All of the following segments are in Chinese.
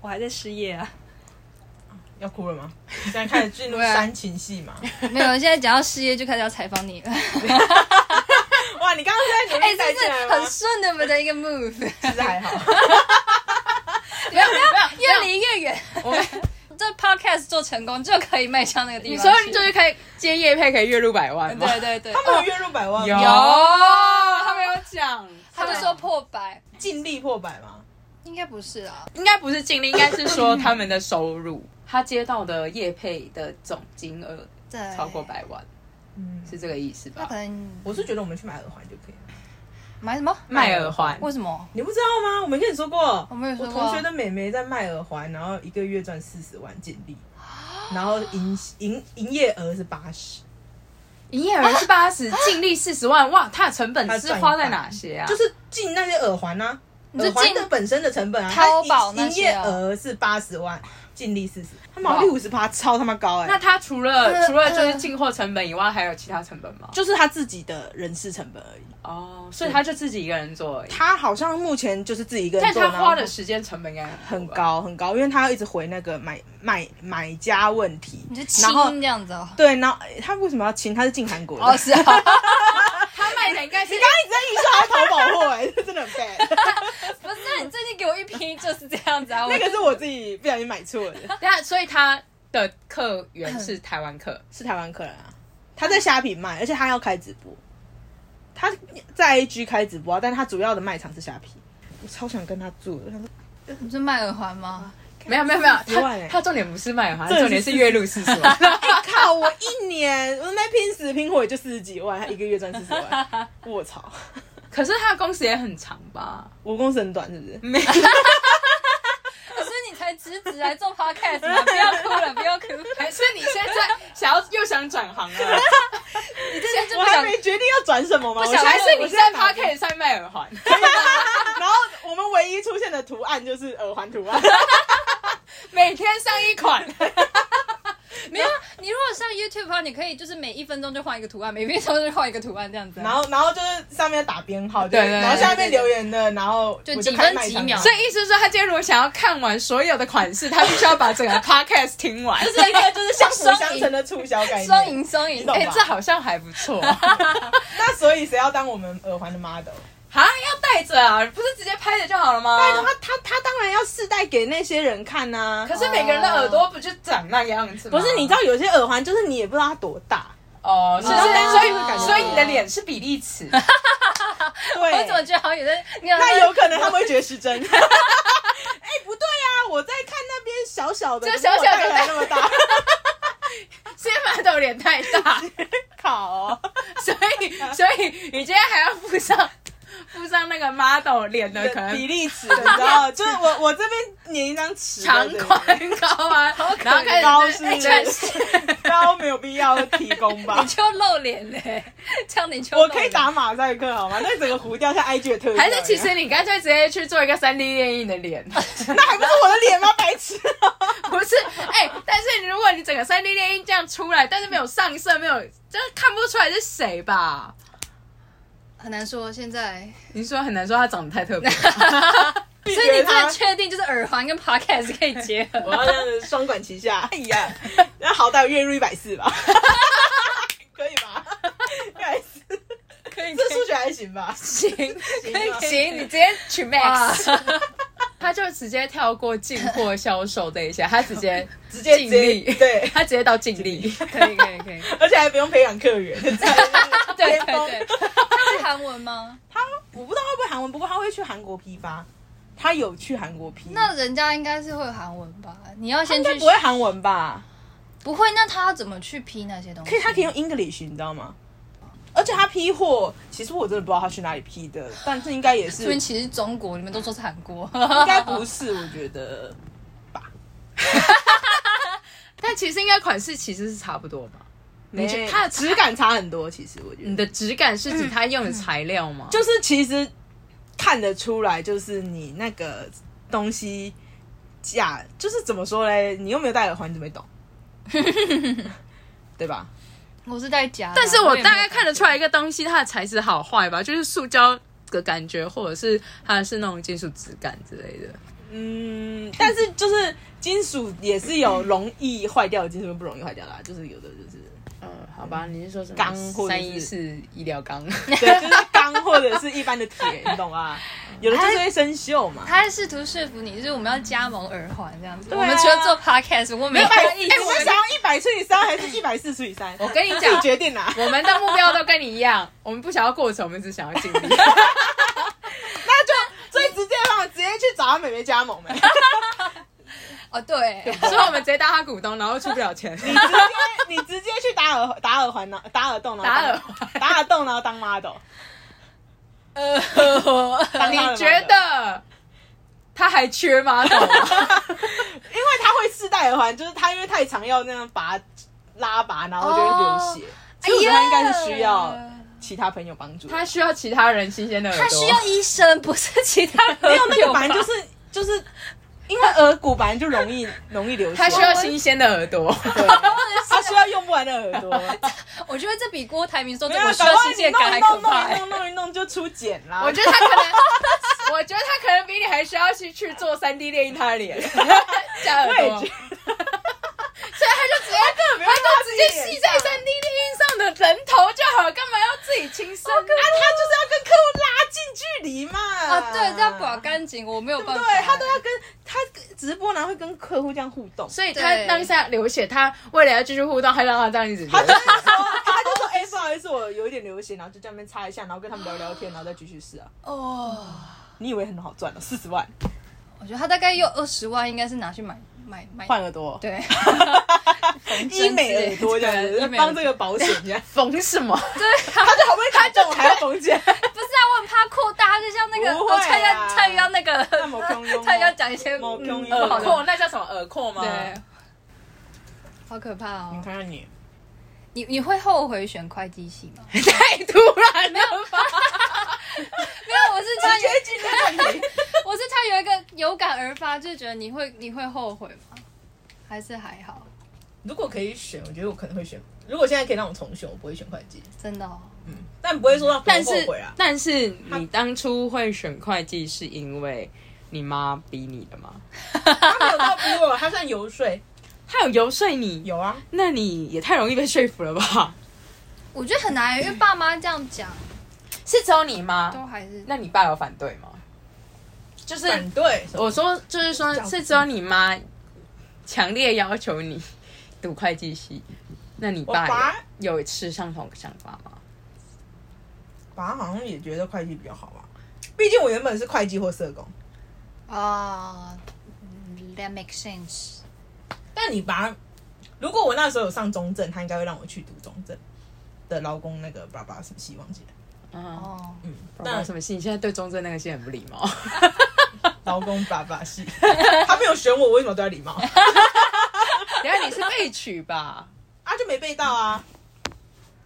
我还在失业啊。要哭了吗？现在开始进 入对啊煽情戏嘛？没有，现在讲到事业就开始要采访你了，哇，你刚刚是在努哎、力这带进来是吗很？顺的我们的一个 move， 其实还好，没有没有，越离越远。我们这 podcast 做成功就可以迈向那个地你方说去，就是可以接业配，可以月入百万吗？对对对，他们有月入百万吗？有，他没有讲，他们说破百，尽力破百吗？应该不是啊，应该不是净利，应该是说他们的收入， 他接到的业配的总金额对，超过，百万，嗯，是这个意思那吧可？能我是觉得我们去买耳环就可以了。买什么？卖耳环，为什么？你不知道吗？我没跟你说过，我没有说过啊同学的妹妹在卖耳环，然后一个月赚四十万净利，啊然后营营营业额是八十，营业额是八 十，净利四十万，哇，它的成本他是赚一半花在哪些啊？就是进那些耳环啊。就耳环进的本身的成本啊，淘宝它营那营些业啊额是八十万，净利四十，他毛利五十趴，超他妈高哎、那他除了呃除了就是进货成本以外，还有其他成本吗？就是他自己的人事成本而已。哦，所以他就自己一个人做而已，他好像目前就是自己一个人但做，他花然的后时间成本应该很很多吧。高很高，因为他要一直回那个买买买家问题你就，然亲后这样子哦。对，然后他为什么要亲？ 他是进韩国的。哦，是啊，他 卖的应该是你刚刚一直在预售他淘宝货，哎，这真的很 bad。不是啊你最近给我一批就是这样子啊，我那个是我自己不小心买错的，等下，所以他的客源是台湾 客，是台湾客人啊。他在虾皮卖，而且他要开直播，他在 AG 开直播啊，但他主要的卖场是虾皮。我超想跟他做的，他说不是卖耳环吗？没有没有没有， 40万他欸他重点不是卖花，这他是重点是月入四十万。哎、靠！我一年我那拼死拼活也就四十几万，他一个月赚四十 万，我操！可是他的工时也很长吧？我公司很短是不是？没，可是你才辞职来做 podcast 嘛，不要哭了，不要哭，还是哎你现 在想要又想转行了？你这边就我不还想没决定要转什么吗？不我 想，现还在是你在 p 我 a 现 c a s 上卖耳环？ 然后我们唯一出现的图案就是耳环图 案， 每天上一款，没有啊，你如果上 YouTube 的话，你可以就是每一分钟就换一个图案，每一分钟就换一个图案这 样子啊、然后然后就是上面打编号，对对对然后下面留言的，然后就我几开分卖场几秒 所以意思是说，他今天如果想要看完所有的款式，他必须要把 整个 podcast 听完。就是一个就是像相辅双相成赢，的促销概双念。赢双你赢。懂哎、吧这好像还不错。 那所以谁要当我们耳环的 model？ 啊，要带着啊，不是直接拍着就好了啊吗？拜托他他他当然要试戴给那些人看呐、可是每个人的耳朵不就长那样子吗？不是，你知道有些耳环就是你也不知道它多大，哦，是然后但是所以会感觉所以到你的脸是比例 尺，对， 我怎么觉得好像有在你 好像那有可能他们会觉得是真的。 哎、不对啊，我在看那边小小的，这小小的可是我戴起来那么大，是因为馒头脸太大，靠、哦！ 所以所以你今天还要附上附上那个 model 脸的可比能例尺，你知道，就是我我这边粘一张尺，长 宽高啊，然后开始高就是哎那 看个高没有必要提供吧 你。就露脸嘞、这样你就露我脸可以，打马赛克好吗？那整个糊掉像 IG 的特效还是其实你干脆直接去做一个三 D 电影的脸，那还不是我的脸吗？白痴！啊不是？哎、但是如果你整个三 D 电影这样出来，但是没有上色，没有，真的看不出来是谁吧？很难说。现在，你说很难说他长得太特别，所 所以你真的确定就是耳环跟 podcast 可以结合？我要这样子双管齐下。哎呀，那好歹月入一百四吧， 可以吧？一百四，可以这数学还行吧？行行啊吗 行，你直接取 max。哇 他就直接跳过进货销售这一些， 他直接直接尽直接力，对， 他直接到尽力。 可以可以可以。而且还不用培养客 源。对对对对，他会韩文吗？他我不知道会不会韩文，不过他会去韩国批发，他有去韩国批。那人家应该是会韩文吧？你要他先应去该不会韩文吧？不会，那他要怎么去批那些东西？可以，他可以用 English，你知道吗？而且他批货，其实我真的不知道他去哪里批的，但是应该也是，这边应其实是中国，你们都说是韩国。该不是，我觉得但其实应该款式其实是差不多吧？你觉得它它的 的质感差很多，其实我觉得，你的质感是指它用的材料吗？就是其实看得出来，就是你那个东西假，就是怎么说嘞？你又没有戴耳环，你怎么会懂？ 对吧？ 我是在假的啊，但是我也没大有概看得出来一个东西它的材质好坏吧，就是塑胶的感觉，或者是它是那种金属质感之类的。嗯，但是就是金属也是有容易坏掉的金属，跟不容易坏掉啦，就是有的就是嗯，好吧，你是说什么钢或者是三一四医疗钢？对，就是钢或者是一般的铁，你懂啊？有的就是会生锈嘛。他在试图说服你，就是我们要加盟耳环这样子。对啊我们除了做 podcast，我们没有哎，意义。我们想要一百除以三还是一百四除以三？ 我跟你自己讲，决定啦。我们的目标都跟你一样，我们不想要过程，我们只想要尽力。 那就最直接的方法，直接去找他妹妹加盟呗。哎哦，对，所以我们直接当他股东，然后出不了 钱。你直接你直接去打耳打耳环呢，打耳洞呢，打耳打耳洞然后当 model。呃，当 你他的 model 觉得他还缺 吗？因为他会试戴耳环，就是他因为太长要那样拔拉拔，然后就会流血。所以我觉得他应该是需要其他朋友帮助的。他需要其他人新鲜的耳朵。他需要医生，不是其他人。没有那个本来就是就是因为耳骨本来就容易容易流血，他需要新鲜的耳朵。对，他需要用不完的耳朵。我觉得这比郭台铭说没这有，搞我需不要好新你鲜感还弄一可弄怕、弄一欸。弄弄一弄就出茧啦。我觉得他可能，我觉得他可能比你还需要去去做三 D 猎印他的脸，加耳我也朵，觉所以得啊 他就直接不要他就直哎接自己系在三 D 猎印上的人头就好，干嘛要自己亲生？啊，他就是要跟客户拉近距离嘛。啊，对，这样保干净，我没有对不办法。对？他都要跟他直播，然后会跟客户这样互动。所以他对当下流血，他为了要继续互动，还让他这样一直流他就是说，他就说，哎、 不好意思，我有一点流血，然后就在那边擦一下，然后跟他们聊聊天，然后再继续试啊。哦，你以为很好赚哦，四十万我觉得他大概有二十万，应该是拿去买买买换耳朵，对 缝针之类医美耳朵这样对医子，美帮这个保险这样。缝什么？对啊， 他就好不容易打中，还要缝起来，不是啊，我很怕扩大，就像那个不会啊我蔡要蔡要那个那么汹涌哦蔡要讲一些某汹嗯涌不好耳的廓，那叫什么耳廓吗？对，好可怕哦！嗯看看你，你你会后悔选会计系吗？太突然了吧？ 没有，我是他有，进入问题。 我是他有一个有感而发，就觉得你会你会后悔吗？还是还好？如果可以选，我觉得我可能会选。如果现在可以让我重选，我不会选会计，真的、哦，嗯，但不会说到 但多是后悔 啊。但是你当初会选会计是因为你妈逼你的吗？他没有到逼我，他算游说，她有游说你？有啊，那你也太容易被说服了吧？我觉得很难，因为爸妈这样讲，是只有你妈都还是那你爸有反对吗？就是反对什么。我说，就是说教，是只有你妈强烈要求你 读会计系，那你我爸爸有有吃相同想法吗？爸好像也觉得会计比较好吧，毕竟我原本是会计或社工。啊、嗯 t h a t makes sense。但你把，如果我那时候有上中正，他应该会让我去读中正的劳工那个爸爸什么系忘记了。嗯，哦，嗯，那但 什么系？你现在对中正那个系很不礼貌。劳工爸爸系， 他没有选我，我为什么对他礼貌？等下你是被取吧？啊，就没背到啊。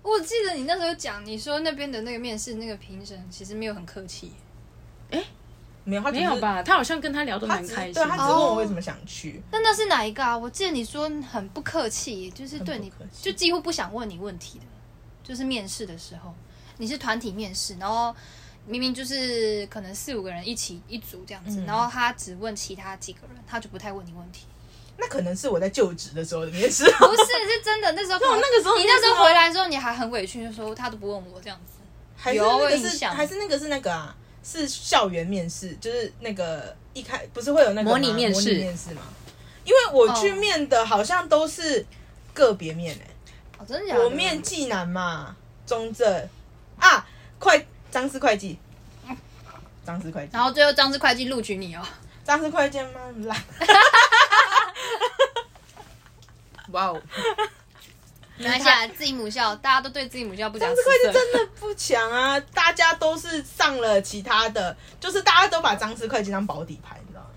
我记得你那时候讲，你说那边的那个面试那个评审其实没有很客气。没有，他只 没是有？吧？他好像跟他聊得他蛮只是开对心他只是的。问我为什么想去，那那是哪一个啊？我记得你说很不客气，就是对你很不客气就几乎不想问你问题的，就是面试的时候，你是团体面试，然后明明就是可能四五个人一起一组这样子，嗯然后他只问其他几个人，他就不太问你问题。那可能是我在就职的时候的面试。不是，是真的那时候可能。哦那那个时候你你那那时时候候回来之后，你还很委屈，就说他都不问我这样子。还是有那我个有印是象还是那个是那个啊，是校园面试，就是那个一开不是会有那个吗模拟面试模拟面试吗？因为我去面的好像都是个别面诶、哦，真的假的？我面济南嘛，中正啊，会张氏会计，张氏会计，然后最后张志会计录取你哦。张氏会计妈烂，哇哦，没关系啊，自己母校，大家都对自己母校不讲张私氏会计德真的不强啊！大家都是上了其他的，就是大家都把张氏会计当保底牌，你知道吗？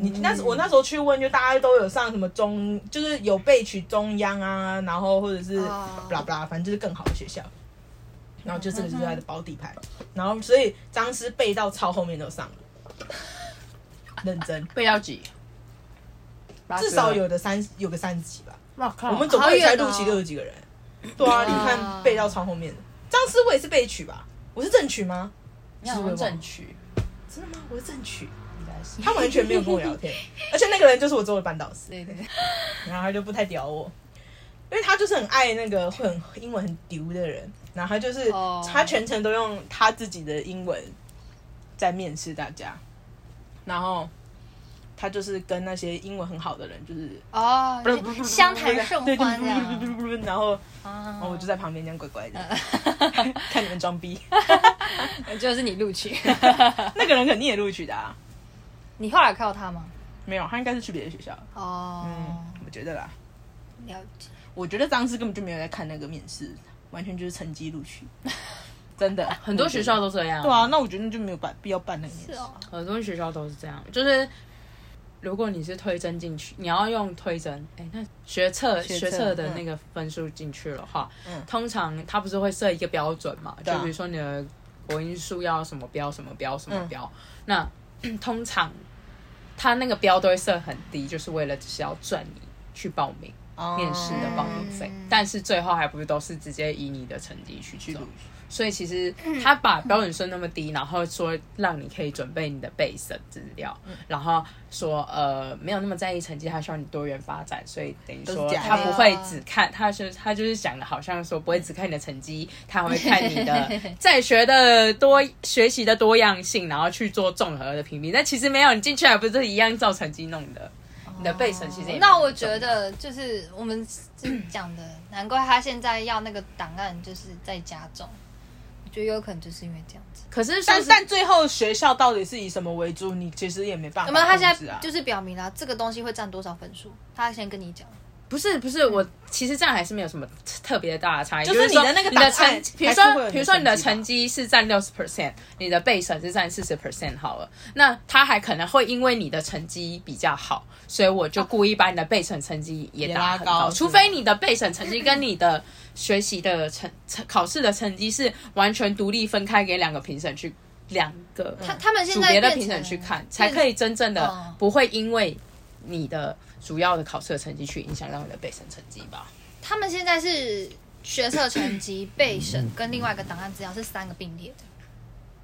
你那时我那时候去问，就大家都有上什么中，就是有被取中央啊，然后或者是哦不啦不啦，反正就是更好的学校。然后就这个就是他的保底牌，然后所以张师背到超后面都上了，认真。被到几？至少有的三有个三十几吧。哇靠我们总共也才录好取远哦六十几个人。啊对啊，你看背到超后面的张思我也是被取吧？我是正取吗？你好像正取，真的吗？我是正取，应该是 他完全没有跟我聊天，那个人就是我周围班导师，对对对，然后他就不太屌我，因为他就是很爱那个会很英文很丢的人，然后他就是、哦他全程都用他自己的英文在面试大家，然后他就是跟那些英文很好的人就是哦，就相谈甚对欢这对样对对，然后啊然哦后我就在旁边这样乖乖的 看你们装逼， 就是你录取，那个人肯定也录取的啊，你后来有看到他吗？没有，他应该是去别的学校，哦，嗯，我觉得啦。了解。我觉得当时根本就没有在看那个面试，完全就是成绩录取，真的很多学校都都这样，对啊。那我觉得就没有办必要办那个面试。是哦，很多学校都是这样，就是如果你是推甄进去，你要用推甄，哎、那学测学测学测的那个分数进去的话，嗯通常它不是会设一个标准嘛？对就啊比如说你的国音数要什么标什么标什么嗯标，那 通常它那个标都会设很低，就是为了只是要赚你去报名哦面试的报名费，嗯但是最后还不是都是直接以你的成绩去去去录录取。所以其实他把标准声那么低，然后说让你可以准备你的备审资料，然后说呃没有那么在意成绩，他希望你多元发展，所以等于都说是假的他不会只看，他是他就是想的好像说不会只看你的成绩，他会看你的在学的多学习的多样性，然后去做综合的评比。但其实没有，你进去还不是一样照成绩弄的，你的备审其实也哦没有那我很重觉要得就是我们之前讲的，难怪他现在要那个档案就是在加重，我觉得有可能就是因为这样子。可是但但但但最后学校到底是以什么为主，你其实也没办法那控制么啊。他现在就是表明了这个东西会占多少分数，他先跟你讲。不是不是，我其实这样还是没有什么特别大的差异，就是是说你的那个你的档成案，比如还是会有说比如说你你的的成绩吧成绩是占六十 percent，你的备审是占四十 percent 好了，那他还可能会因为你的成绩比较好，所以我就故意把你的备审成绩也也打拉很高高，是除吗非你的备审成绩跟你的学习的成成考试的成绩是完全独立分开给两个评审去两个嗯他他们现组在别的变评审成去看，变才可以真正的嗯不会因为你的主要的考试的成绩去影响到你的备审成绩吧？他们现在是学测成绩、备审跟另外一个档案资料是三个并列的，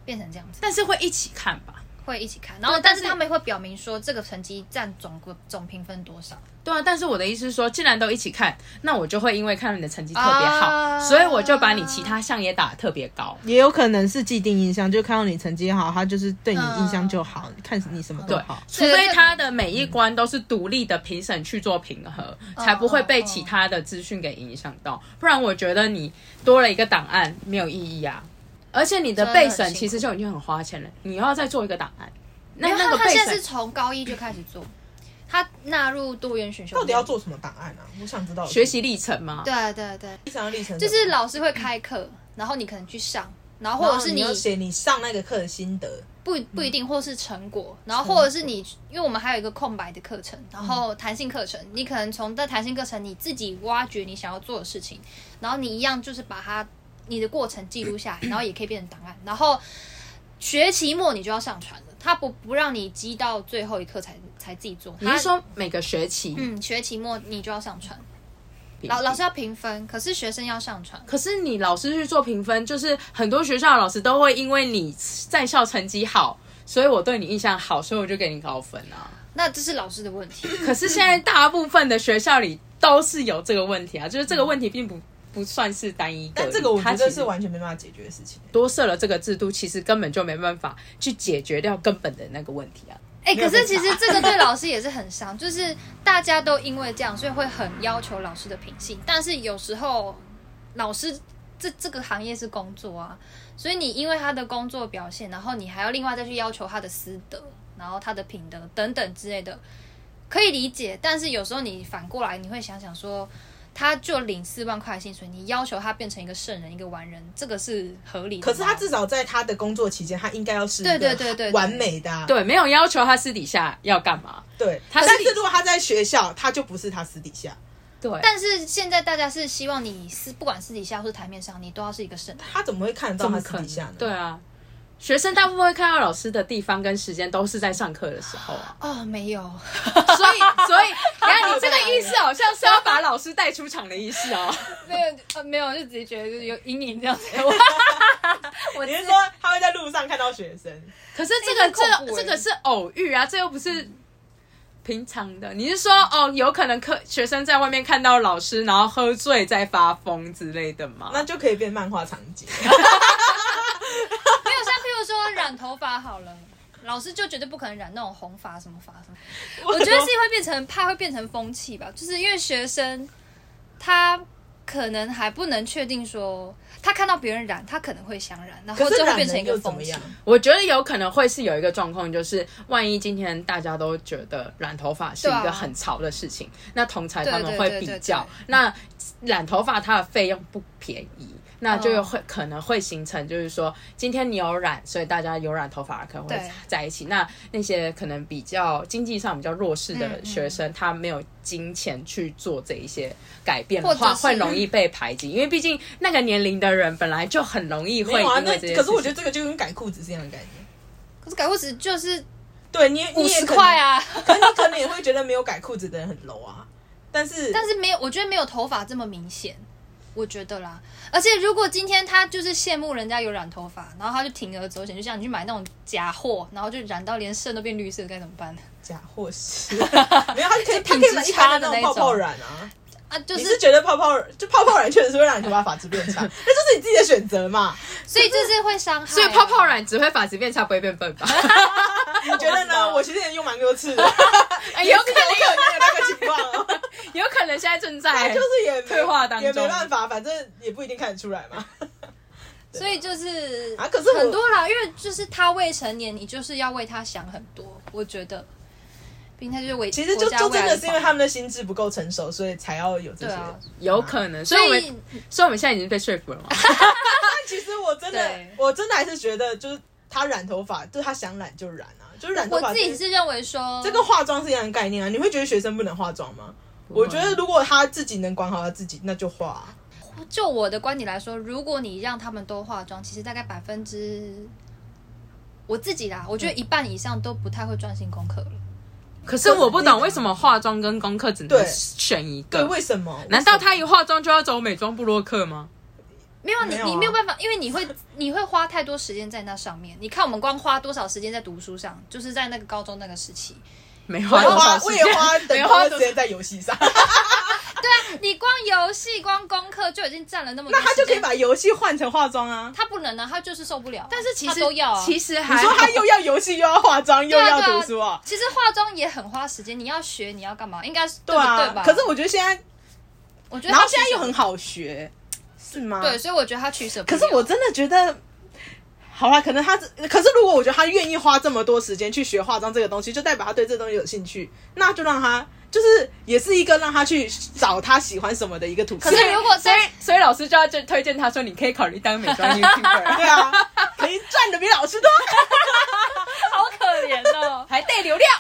变成这样子但是会一起看吧？会一起看，然后对但但是是他们会表明说这个成绩占总个总评分多少。对啊，但是我的意思是说，既然都一起看，那我就会因为看你的成绩特别好，啊所以我就把你其他项也打得特别高。也有可能是既定印象，就看到你成绩好，他就是对你印象就好，看你什么对，除非他的每一关都是独立的评审去做评核，嗯才不会被其他的资讯给影响到。不然，我觉得你多了一个档案没有意义啊。而且你的备审其实就已经很花钱了，你又要再做一个档案，那因为那他个他备现在是审从高一就开始做，他纳入多元选修。到底要？做什么档案啊？我想知道学习历程吗？对对对，历程历程就怎么是老师会开课，然后你可能去上，然后然或后者是你要写你上那个课的心得，不不一嗯定，或是成果，然后或者是你，因为我们还有一个空白的课程，然后嗯弹性课程，你可能从这弹性课程你自己挖掘你想要做的事情，然后你一样就是把它你的过程记录下来，然后也可以变成档案，然后学期末你就要上传了，它不不让你积到最后一刻才才自己做，你它是说嗯每个学期？嗯学期末你就要上传，比老老师要评分，可是学生要上传，可是你老师去做评分，就是很多学校的老师都会因为你在校成绩好，所以我对你印象好，所以我就给你高分啊。那这是老师的问题，可是现在大部分的学校里都是有这个问题啊，就是 这个问题并不不算是单一个但例，这个我觉它得其实是完全没办法解决的事情。多设了这个制度，其实根本就没办法去解决掉根本的那个问题啊。哎、没可有是被其打实这个对老师也是很伤， 就是大家都因为这样，所以会很要求老师的品性。但是有时候老师这这个行业是工作啊，所以你因为他的工作表现，然后你还要另外再去要求他的师德，然后他的品德等等之类的，可以理解。但是有时候你反过来，你会想想说。他就领四万块薪水，你要求他变成一个圣人、一个完人，这个是合理的吗。可是他至少在他的工作期间，他应该要是一个对对对对对完美的啊、对，没有要求他私底下要干嘛。对。他但私是如果他在学校，他就不是他私底下，对，但是现在大家是希望你私，不管私底下或是台面上，你都要是一个圣人。他怎么会看得怎到么他可私底下呢能？？对啊，学生大部分会看到老师的地方跟时间都是在上课的时候 啊。哦，没有，所以，所以，你看你这个意思好像是要把老师带出场的意思哦。没有，呃，没有，就直接觉得就是有阴影这样子。 我你是是说他会在路上看到学生？可是这欸个很恐这怖个欸这个是偶遇啊，这又不是平常的，你是说哦，有可能课学生在外面看到老师，然后喝醉再发疯之类的啊吗？那就可以变漫画场景。没有像譬如说染头发好了，老师就绝对不可能染那种红发什么发什么。我觉得是会变成怕会变成风气吧，就是因为学生他可能还不能确定说他看到别人染，他可能会想染，然哦后可是就会染变成一人个又怎风么气样。？我觉得有可能会是有一个状况，就是万一今天大家都觉得染头发是一对个啊很潮的事情，那同才他们对对会对比对较对，那染头发它的费用不便宜。那就嗯会可能会形成，就是说，今天你有染，所以大家有染头发可能会对在一起。那那些可能比较经济上比较弱势嗯的嗯学生，他没有金钱去做这一些改变或的者话，是会容易被排挤，因为毕竟那个年龄的人本来就很容易没会有啊，因那为这些事情。可是我觉得这个就跟改裤子是一样的概念。可是改裤子就是对你，你五也十可能块，啊，可你可能也会觉得没有改裤子的人很 low 啊。但是，但是没有，我觉得没有头发这么明显，我觉得啦。而且如果今天他就是羡慕人家有染头发，然后他就铤而走险，就像你去买那种假货，然后就染到连肾都变绿色，该怎么办？ 假货是没有，他可以他可以买一般的那种泡泡染啊。啊，就你是是觉得泡泡就泡泡染确实是会让你头发发质变差，那就是你自己的选择嘛。所以就是会伤害啊、所以泡泡染只会发质变差，不会变笨吧？你觉得呢？我其实也用蛮多次的，有 哎有可可能有那个情况哦，有可能现在正在，但就是也没哎退化当中也没办法，反正也不一定看得出来嘛。所以就是啊可是我很多啦，因为就是他未成年，你就是要为他想很多，我觉得。并且就是为其实就国家就未真来的是因为法他们的心智不够成熟，所以才要有这对些。啊，有可能。所所以我以们，所以我们现在已经被说服了 嘛？但其实我真的对我真的还是觉得，就是他染头发，就是他想染就染啊，就是染头我发自这件己事。是认为说这跟化妆是一样的概念啊！你会觉得学生不能化妆吗？会我觉得如果他自己能管好他自己，那就化啊、就我的观点来说，如果你让他们都化妆，其实大概百分之我自己啦，我觉得一半以上都不太会专心功课了。可是我不懂为什么化妆跟功课只能对选一对，个？为什么？难道他一化妆就要走美妆部落客吗？没有啊，你没有啊你没有办法，因为你会 你会花太多时间在那上面。你看我们光花多少时间在读书上，就是在那个高中那个时期，没我花也多少花，时 我间也花，没等花花时多少间在游戏上，你光游戏光功课就已经占了那么多 那时间，他就可以把游戏换成化妆啊。他不能啊，他就是受不了啊。但是其他实都要啊。其实 还你说他又要游戏，又要化妆，又对啊要对啊读书啊？其实化妆也很花时间，你要学，你要干嘛？应该是对不啊对吧？可是我觉得现在，我觉得然他后现在取舍又很好学，是吗？对，。所以我觉得他取舍不可了。是我真的觉得，好啦，可能他，可是如果我觉得他愿意花这么多时间去学化妆这个东西，就代表他对这东西有兴趣，那就让他就是也是一个让他去找他喜欢什么的一个途径 可。是如果所在以所以老师就要就推荐他说，你可以考虑当美 妆 YouTuber，。对啊，可以赚的比老师多。好可怜哦还带流量，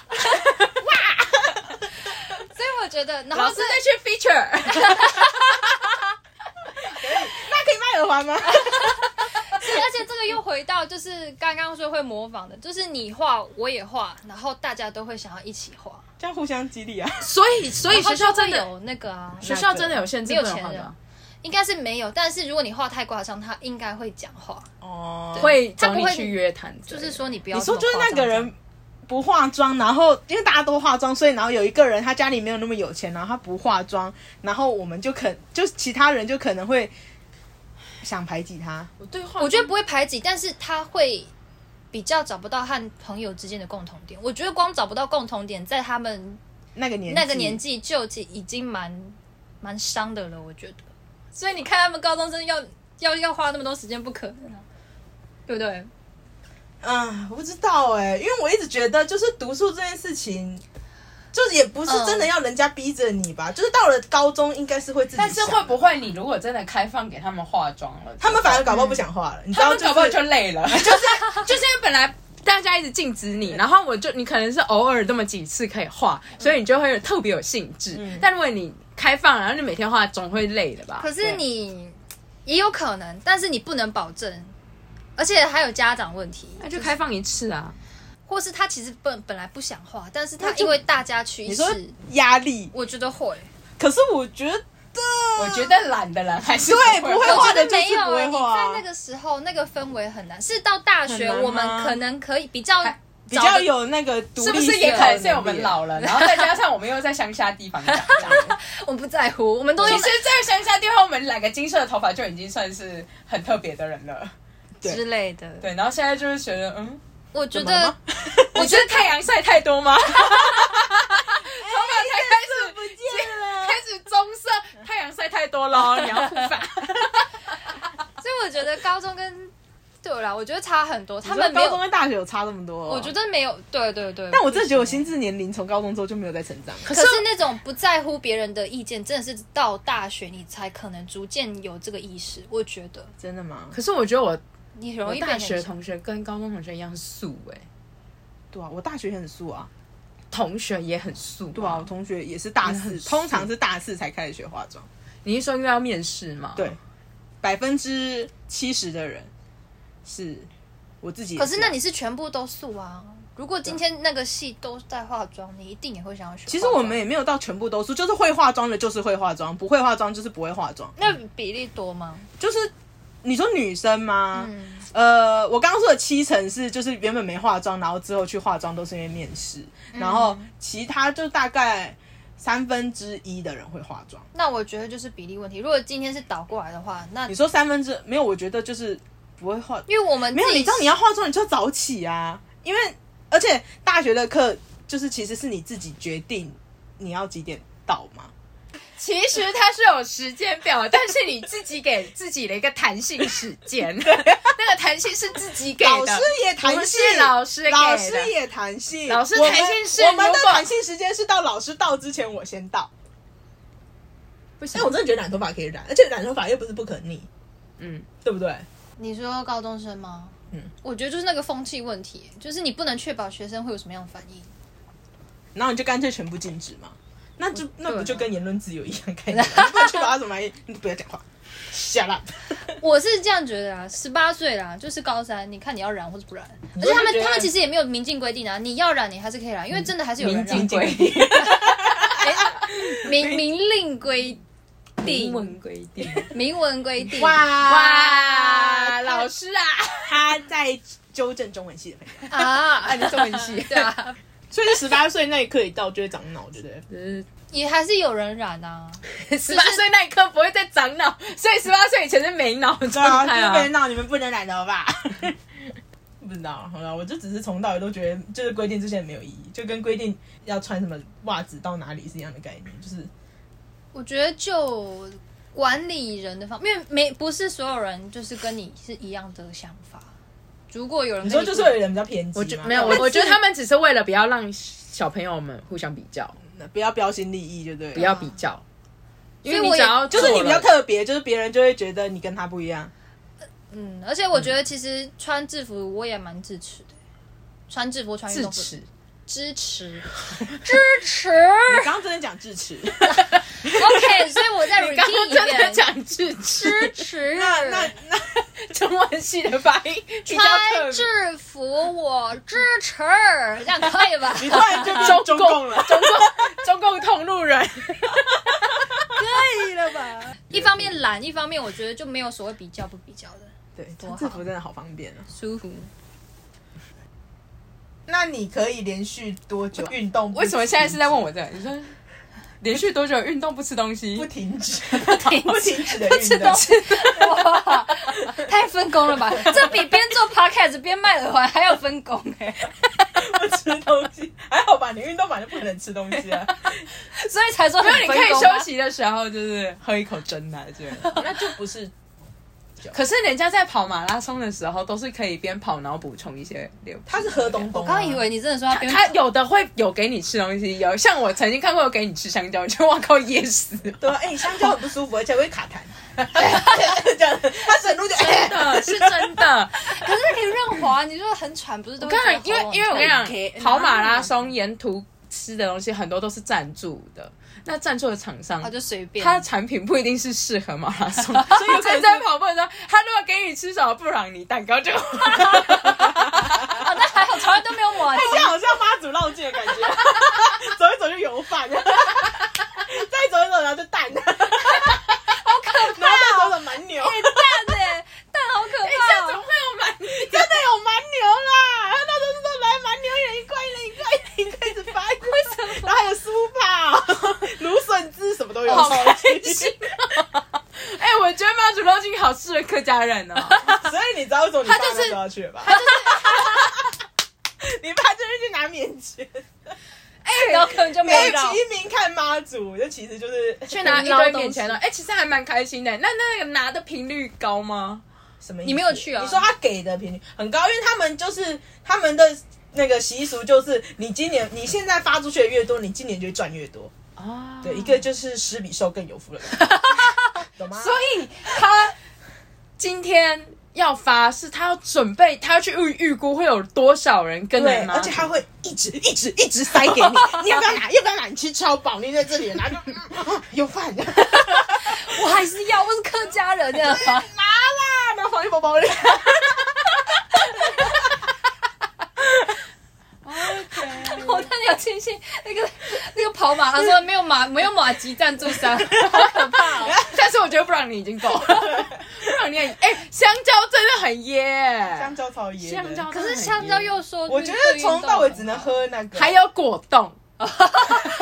所以我觉得，然后老师这再去 feature。那可以卖耳环吗？ 而且这个又回到就是刚刚说会模仿的，就是你画我也画，然后大家都会想要一起画，这样互相激励啊。所以所以然后学校就会真的有那个啊，学校真的有啊限制没有不能钱化人妆，应该是没有，但是如果你画太夸张，他应该会讲话，哦会他找不你会去约谈之就类的，是说你不要你这说么就是那夸张个人。不化妆，然后因为大家都化妆，所以然后有一个人他家里没有那么有钱，然后他不化妆，然后我们就可就其他人就可能会想排挤他。我对化妆我觉得不会排挤，但是他会比较找不到和朋友之间的共同点。我觉得光找不到共同点，在他们那个年那个年纪，纪就已经蛮蛮伤的了，我觉得。所以你看，他们高中生要要要花那么多时间，不可能啊，对不对？嗯，我不知道哎、因为我一直觉得就是读书这件事情，就是也不是真的要人家逼着你吧，就是到了高中应该是会自己想的，但是会不会你如果真的开放给他们化妆了，他们反而搞不好不想化了，你知他道、们就是，搞不好 就累了，就是就是因为本来。大家一直禁止你，然后我就你可能是偶尔这么几次可以画，所以你就会有特别有兴致。嗯但如果你开放，然后你每天画，总会累的吧？可是你也有可能，但是你不能保证，而且还有家长问题，那就开放一次啊！或是他其实本本来不想画，但是他那就因为大家趋你说势，压力，我觉得会。可是我觉得我觉得懒的人还是对不不会画画我觉的得就没是有不啊，会你画啊在那个时候那个氛围很难，是到大很学难吗啊我们可能可以比较还比较有那个独立思考能力，是不是也可能是我们老了，然后再加上我们又在乡下地方长大。我们不在乎，我们都其用实，在乡下地方，我们染个金色的头发就已经算是很特别的人了。对之类的。对，然后现在就是觉得，嗯，我觉怎么得了我觉得太阳晒太多 吗？哎头发才不开始见了 开。始棕色，太阳晒太多喽，你要护发。所以我觉得高中跟对我来，我觉得差很多。他你说们没高有，中跟大学有差这么多哦、我觉得没有，对对对。但我真的觉得我不行心智年龄从高中之后就没有再成长。可可是那种不在乎别人的意见，真的是到大学你才可能逐渐有这个意识。我觉得真的吗？ 可是我觉得我你很容易我大变成学同学跟高中同学一样素哎、对啊，我大学也很素啊。同学也很素。对啊，我，同学也是大也很四，素通常是大四才开始学化妆。你是说因为要面试吗？对，百分之七十的人是我自己也啊。可是那你是全部都素啊？如果今天那个系都在化妆，你一定也会想要学化妆。其实我们也没有到全部都素，就是会化妆的，就是会化妆；不会化妆就是不会化妆。那比例多吗？就是你说女生吗？嗯，呃，我刚刚说的七成是就是原本没化妆，然后之后去化妆都是因为面试，然后其他就大概三分之一的人会化妆。那我觉得就是比例问题。如果今天是倒过来的话，那你说三分之没有？我觉得就是不会化，因为我们没有。自己你知道你要化妆，你就要早起啊，因为而且大学的课就是其实是你自己决定你要几点到嘛。其实它是有时间表，但是你自己给自己的一个弹性时 间，那个弹性是自己给的。老师也弹不性，是老师给的老师也弹性，老师我们弹性是我们的如果弹性时间是到老师到之前我先到。不行但哎我，真的觉得染头发可以染，而且染头发又不是不可逆，嗯，对不对？你说高中生吗？嗯，我觉得就是那个风气问题，就是你不能确保学生会有什么样的反应。 然后你就干脆全部禁止嘛，那就那对不啊就跟言论自由一样概念吗？你不能确保他怎么来，你不要讲话，shut up。我是这样觉得啦，十八岁啦，就是高三，你看你要染或者不染，而且他就觉们得嗯他们其实也没有明禁规定啊，你要染你还是可以染，因为真的还是有人明禁染规明明令规定明文规定。明文规定，哇，老师啊，他在纠正中文系的朋友， 啊，你中文系 对啊，所以十八岁那一刻一到就会长脑，对 不对？就是也还是有人染啊，十八岁那一刻不会再长脑，所以十八岁以前是没脑的对啊，状态就啊别。闹，你们不能染头发。 不知道，好了，我就只是从到尾都觉得，就是规定这些没有意义，就跟规定要穿什么袜子到哪里是一样的概念，就是我觉得就管理人的方面，因为没不是所有人就是跟你是一样的想法。如果有人你跟说你就是有人比较偏激我觉嘛没有，我我觉得他们只是为了不要让小朋友们互相比较，不要标新立异，就对了，啊不要比较，因为所以你我只也要就是你做比较了特别，就是别人就会觉得你跟他不一样。嗯，而且我觉得其实穿制服我也蛮支持的，穿制服穿运智动服齿。支 持支持。你刚刚真的讲智 齿， OK，所以我再刚刚 repeat 真的一遍，讲智齿，支持。那那那中文系的发音比较特穿别。制服我支持，这样可以 吧？你突然就变中共了，中共中共同路人，可以了吧？一方面懒，一方面我觉得就没有所谓比较不比较的，对，多好穿制服真的好方便啊。舒 服。那你可以连续多久运动？为什么现在是在问我这个？你说连续多久运动不吃东西不？停止？不停不停止的吃运动东？西，哇，太分工了吧？这比边做 podcast 边卖耳环还要分工哎、不吃东西，还好吧？你运动本来就不可能吃东西啊。所以才说很没有，你分可以工休啊。息的时候就是喝一口真奶这样。那就不是 可是人家在跑马拉松的时候，都是可以边跑然后补充一些流。他是喝东我东、啊。刚以为你真的说他边他有的会有给你吃东西，有像我曾经看过有给你吃香蕉，我就哇靠噎死了。对啊，哎、香蕉很不舒服，而且会卡痰。这样，他整路就哎真的是真的，可是可以润滑，你说很喘，不是都 我会跟觉得你讲，因喉咙为因为我跟痛你讲，跑马拉松沿途吃的东西很多都是赞助的，那赞助的厂商他就随便它的产品不一定是适合马拉松， 所以正在跑步的时候，他如果给你吃什么布朗尼蛋糕就， 啊，那还好，从来都没有抹哎，这样好像妈祖绕境的感觉，走一走就油饭，再走一走然后就蛋，好可怕、然后再走走蛮牛，蛋哎、蛋好可怕、会有满真的有蛮牛啦，他那时候是在来蛮牛啊 哎家人哦。所以你知道为什么你爸那时候要去了吧？他就是，你爸就是去拿免钱，然后可能就没被有到。齐名看妈祖，这其实就是 去拿一堆免钱了，哎、其实还蛮开心的。那那个拿的频率高吗？什么意思？你没有去啊你说他给的频率很高，因为他们就是他们的那个习俗，就是你今年你现在发出去的越多，你今年就会赚越多。啊，对，一个就是施比受更有福了， 懂吗？所以他今天要发，是他要准备，他要去预预估会有多少人跟对来，吗？而且他会一直一直一直塞给 你，你要不要拿？要不要拿？你吃超饱，你在这里拿就、嗯嗯有 饭， 拿我还是要，我是客家人的。啦，然后放进包包里。我真的有庆幸那个那个跑马拉松没有马没有马吉赞助商，好可怕哦！ 但是我觉得布朗尼已经够了，布朗尼很哎、香蕉真的很耶，香蕉超噎人，香蕉可是香蕉又说，我觉得从到尾只能。喝那个，还有果冻，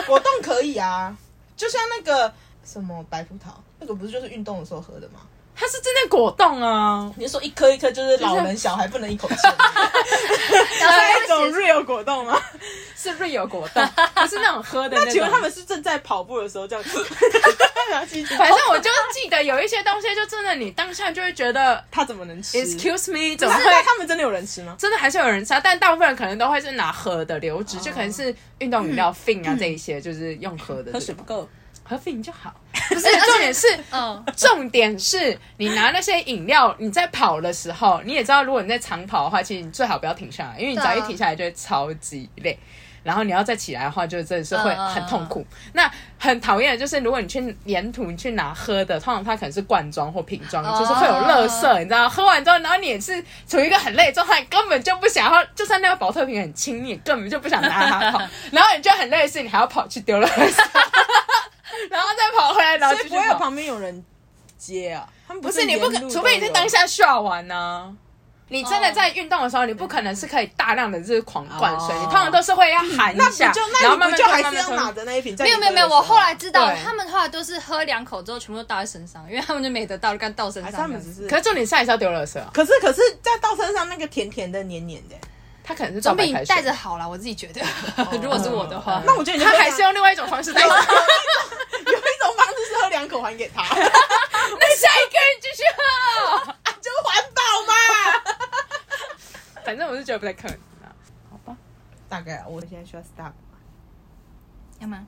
果冻可以啊，就像那个什么白葡萄，那个不是就是运动的时候喝的吗？它是真的果冻啊。你是说一颗一颗就是老人小孩不能一口吃，然后那他一种写 real 果冻吗？是瑞有果冻，不是那种喝 的那那种。请问他们是正在跑步的时候这样 子？ 拿起反正我就记得有一些东西，就真的你当下就会觉得他怎么能吃？ ，excuse me，怎么不是会？他们真的有人吃吗？ 真的还是有人吃啊，但大部分人可能都会是拿喝的流质，就可能是运动饮料、fin 啊这一些，就是用喝的。喝水不，够，喝 fin 就好。不是而且重点是，嗯，重点是你拿那些饮料，你在跑的时候，你也知道，如果你在长跑的话，其实你最好不要停下来，因为你只要一停下来就会超级累。然后你要再起来的话，就真的是嗯会很痛苦。那很讨厌的就是，如果你去沿途你去拿喝的，通常它可能是罐装或瓶装，哦就是会有垃圾，你知道？喝完之后，然后你也是处于一个很累的状态，根本就不想要。就算那个保特瓶很轻，你也根本就不想拿 它跑。然后你就很累的是，你还要跑去丢垃圾，然后再跑回来，然后所继以续不会有跑。旁边有人接啊？他们不是你不可沿，路除非你都是有当下刷完呢、你真的哦在运动的时候，你不可能是可以大量的就是狂灌水，哦你通常都是会要喊一那下你就，然那后你不慢慢就冲还慢是慢要冲拿着那一瓶？没有没有没有，我后来知道对他们后来都是喝两口之后全部都倒在身上，因为他们就没得倒，干倒身还上这是他样们子。只是可是重点是还是要丢垃圾啊，可是可是在到身上那个甜甜的、黏黏的， 他可能是照总白比开嗯你水带着好啦，我自己觉得。 如果是我的话，那我觉得你就他跟还是用另外一种方 式带着。有一种方式是喝两口还给他， 那下一个人继续喝，就环保嘛。 反正我是觉得不太可能啊。好吧，大概我现在需要 stop。要吗？